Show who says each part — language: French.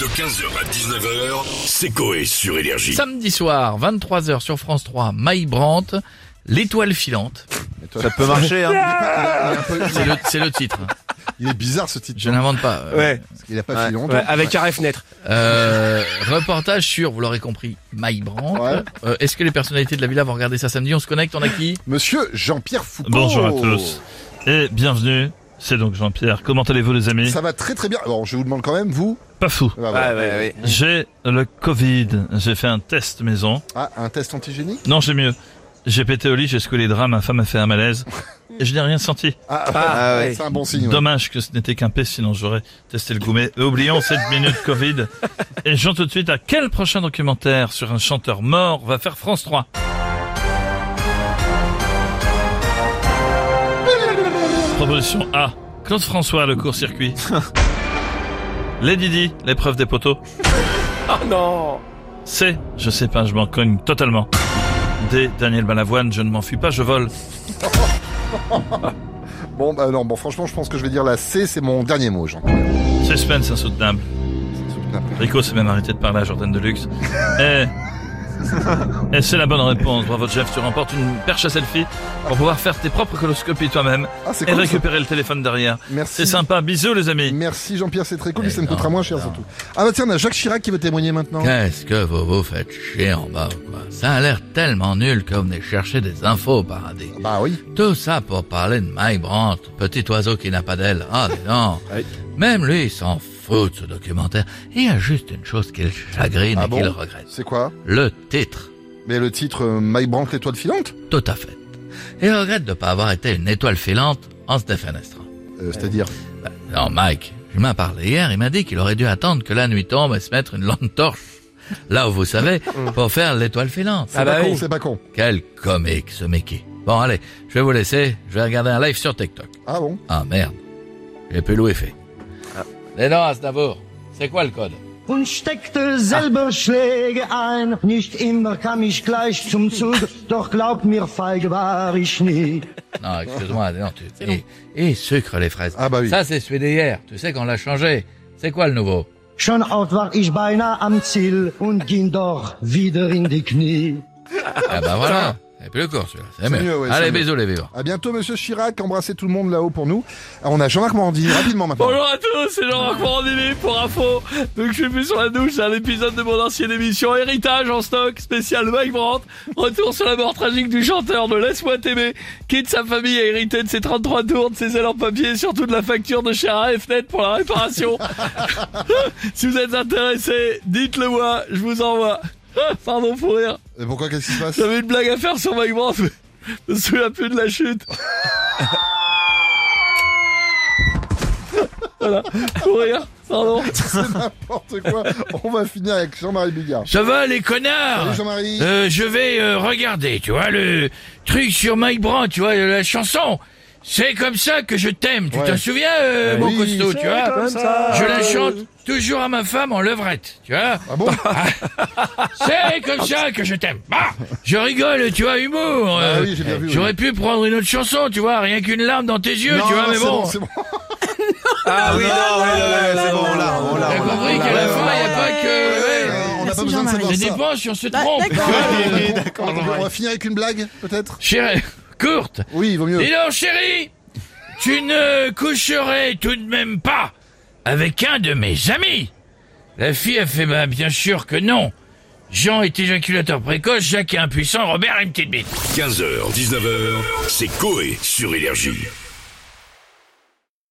Speaker 1: De 15h à 19h, c'est Coé sur Énergie.
Speaker 2: Samedi soir, 23h sur France 3, Maï Brandt, l'étoile filante.
Speaker 3: Ça peut marcher, hein.
Speaker 2: C'est le, c'est le titre. hein.
Speaker 4: Il est bizarre ce titre.
Speaker 2: Je n'invente pas. Euh,
Speaker 4: Il a pas fait longtemps.
Speaker 3: Ouais, avec carré fenêtre.
Speaker 2: euh, reportage sur, vous l'aurez compris, Maï Brandt.
Speaker 4: Ouais.
Speaker 2: Euh, Est-ce que les personnalités de la villa vont regarder ça samedi On se connecte, on a qui
Speaker 4: Monsieur Jean-Pierre Foucault.
Speaker 5: Bonjour à tous et bienvenue. C'est donc Jean-Pierre. Comment allez-vous les amis
Speaker 4: Ça va très très bien. Bon, je vous demande quand même, vous.
Speaker 5: Pas fou.
Speaker 3: Ah
Speaker 4: Bah, voilà.
Speaker 5: J'ai le Covid. J'ai fait un test maison.
Speaker 4: Ah, un test antigénique
Speaker 5: Non, j'ai mieux. J'ai pété au lit, j'ai secoué les draps, ma femme a fait un malaise. Et je n'ai rien senti.
Speaker 4: Ah, c'est un bon signe. ouais.
Speaker 5: Dommage que ce n'était qu'un pet, sinon j'aurais testé le gourmet. Et Oublions cette minute Covid. Et j'en tout de suite à quel prochain documentaire sur un chanteur mort va faire France 3 Proposition A. Claude François, le court-circuit. Les Didi, l'épreuve des poteaux.
Speaker 4: Ah
Speaker 3: Oh non
Speaker 5: C. Je sais pas, je m'en cogne totalement. D. Daniel Balavoine, je ne m'enfuis pas, je vole.
Speaker 4: Bon, bah non, bon, franchement, je pense que je vais dire la C, c'est mon dernier mot, Jean-Pierre.
Speaker 5: Suspense insoutenable. Rico s'est même arrêté de parler à Jordan Deluxe. Et, et c'est la bonne réponse. Bravo Jeff, tu remportes une perche à selfie pour pouvoir faire tes propres coloscopies toi-même
Speaker 4: Ah, c'est
Speaker 5: et
Speaker 4: cool. ça.
Speaker 5: récupérer le téléphone derrière.
Speaker 4: Merci.
Speaker 5: Eh ben, C'est sympa, bisous les amis.
Speaker 4: Merci Jean-Pierre, c'est très cool,
Speaker 2: Eh
Speaker 4: mais ça me
Speaker 2: non,
Speaker 4: coûtera moins cher
Speaker 2: non.
Speaker 4: surtout. Ah bah tiens, on a Jacques Chirac qui veut témoigner maintenant.
Speaker 2: Qu'est-ce que vous vous faites chier en bas quoi Ça a l'air tellement nul que vous venez chercher des infos au paradis.
Speaker 4: Bah oui.
Speaker 2: Tout ça pour parler de Mike Brandt, petit oiseau qui n'a pas d'aile. Ah, dis donc. Même lui, il s'en fout de ce documentaire. Il y a juste une chose qu'il chagrine
Speaker 4: Ah
Speaker 2: et
Speaker 4: bon
Speaker 2: qu'il regrette.
Speaker 4: C'est quoi
Speaker 2: Le titre.
Speaker 4: Mais le titre euh, My Brandt, l'étoile filante
Speaker 2: Tout à fait. Il regrette de ne pas avoir été une étoile filante en se défenestrant.
Speaker 4: Euh, C'est-à-dire
Speaker 2: Ben, non, Mike, il m'a parlé hier, il m'a dit qu'il aurait dû attendre que la nuit tombe et se mettre une lampe torche. Là où vous savez, pour faire l'étoile filante.
Speaker 4: C'est
Speaker 3: Ah
Speaker 4: pas
Speaker 3: bah
Speaker 4: con,
Speaker 3: oui.
Speaker 4: c'est pas con.
Speaker 2: Quel comique, ce Mickey. Bon, allez, je vais vous laisser. Je vais regarder un live sur TikTok.
Speaker 4: Ah bon
Speaker 2: Ah merde, j'ai plus loué fait.
Speaker 4: Ah.
Speaker 2: Mais non, Aznavour, c'est quoi le code
Speaker 6: und steckte selber Schläge ein. Nicht immer kam ich gleich zum Zug, doch glaub mir, feige war ich nie.
Speaker 2: Non, excuse-moi, non, tu... Et, et sucre les fraises.
Speaker 4: Ah bah oui.
Speaker 2: Ça, c'est celui d'hier. Tu sais qu'on l'a changé. C'est quoi le nouveau
Speaker 6: Schon oft war ich beinahe am Ziel und ging doch wieder in die Knie.
Speaker 2: Ah bah voilà, c'est plus court celui-là, c'est mieux.
Speaker 4: mieux, ouais,
Speaker 2: allez,
Speaker 4: c'est mieux.
Speaker 2: bisous les vivants.
Speaker 4: À bientôt, monsieur Chirac. Embrassez tout le monde là-haut pour nous. Ah, on a Jean-Marc Morandini, rapidement maintenant.
Speaker 5: Bonjour à tous, c'est Jean-Marc Morandini pour info. Donc je suis plus sur la douche, c'est un épisode de mon ancienne émission Héritage en stock, spécial Mike Brandt. Retour sur la mort tragique du chanteur de Laisse-moi t'aimer, qui de sa famille a hérité de ses 33 tours, de ses ailes en papier et surtout de la facture de chez AFNet pour la réparation. si vous êtes intéressé, dites-le moi, je vous envoie. Pardon pour rire.
Speaker 4: Et pourquoi, qu'est-ce qui se passe
Speaker 5: J'avais une blague à faire sur Mike Brandt, mais je me souviens plus de la chute. voilà, pour rire, pardon.
Speaker 4: N'importe quoi. On va finir avec Jean-Marie Bigard.
Speaker 2: Ça va les connards
Speaker 4: Salut Jean-Marie.
Speaker 2: Euh, je vais euh, regarder, tu vois, le truc sur Mike Brandt, tu vois, la chanson. C'est comme ça que je t'aime, tu
Speaker 4: Ouais. Eh
Speaker 2: t'en souviens, euh, mon
Speaker 4: oui,
Speaker 2: costaud, tu vois Je la chante toujours à ma femme en levrette, tu vois
Speaker 4: Ah bon
Speaker 2: C'est comme ça que je t'aime. Bah, je rigole, tu vois, humour.
Speaker 4: Ah
Speaker 2: euh,
Speaker 4: oui, j'ai bien vu, oui.
Speaker 2: J'aurais pu prendre une autre chanson, tu vois, rien qu'une larme dans tes yeux,
Speaker 4: Non,
Speaker 2: tu vois,
Speaker 4: non,
Speaker 2: mais
Speaker 4: c'est
Speaker 2: bon.
Speaker 4: c'est bon.
Speaker 3: Ah oui, non, c'est bon, on l'a, on
Speaker 2: T'as compris qu'à la fin, il n'y a pas que... ouais,
Speaker 4: Euh, on n'a pas besoin de savoir
Speaker 2: Ça
Speaker 4: ça.
Speaker 2: dépend si on se trompe.
Speaker 4: D'accord, On va finir avec une blague, peut-être
Speaker 2: Chérie, courte.
Speaker 4: Oui, il vaut mieux.
Speaker 2: Dis donc, chérie, tu ne coucherais tout de même pas avec un de mes amis. La fille a fait, bah, bien sûr que non. Jean est éjaculateur précoce, Jacques est impuissant, Robert a une petite bite.
Speaker 1: 15h, 19h, c'est Coé sur Énergie.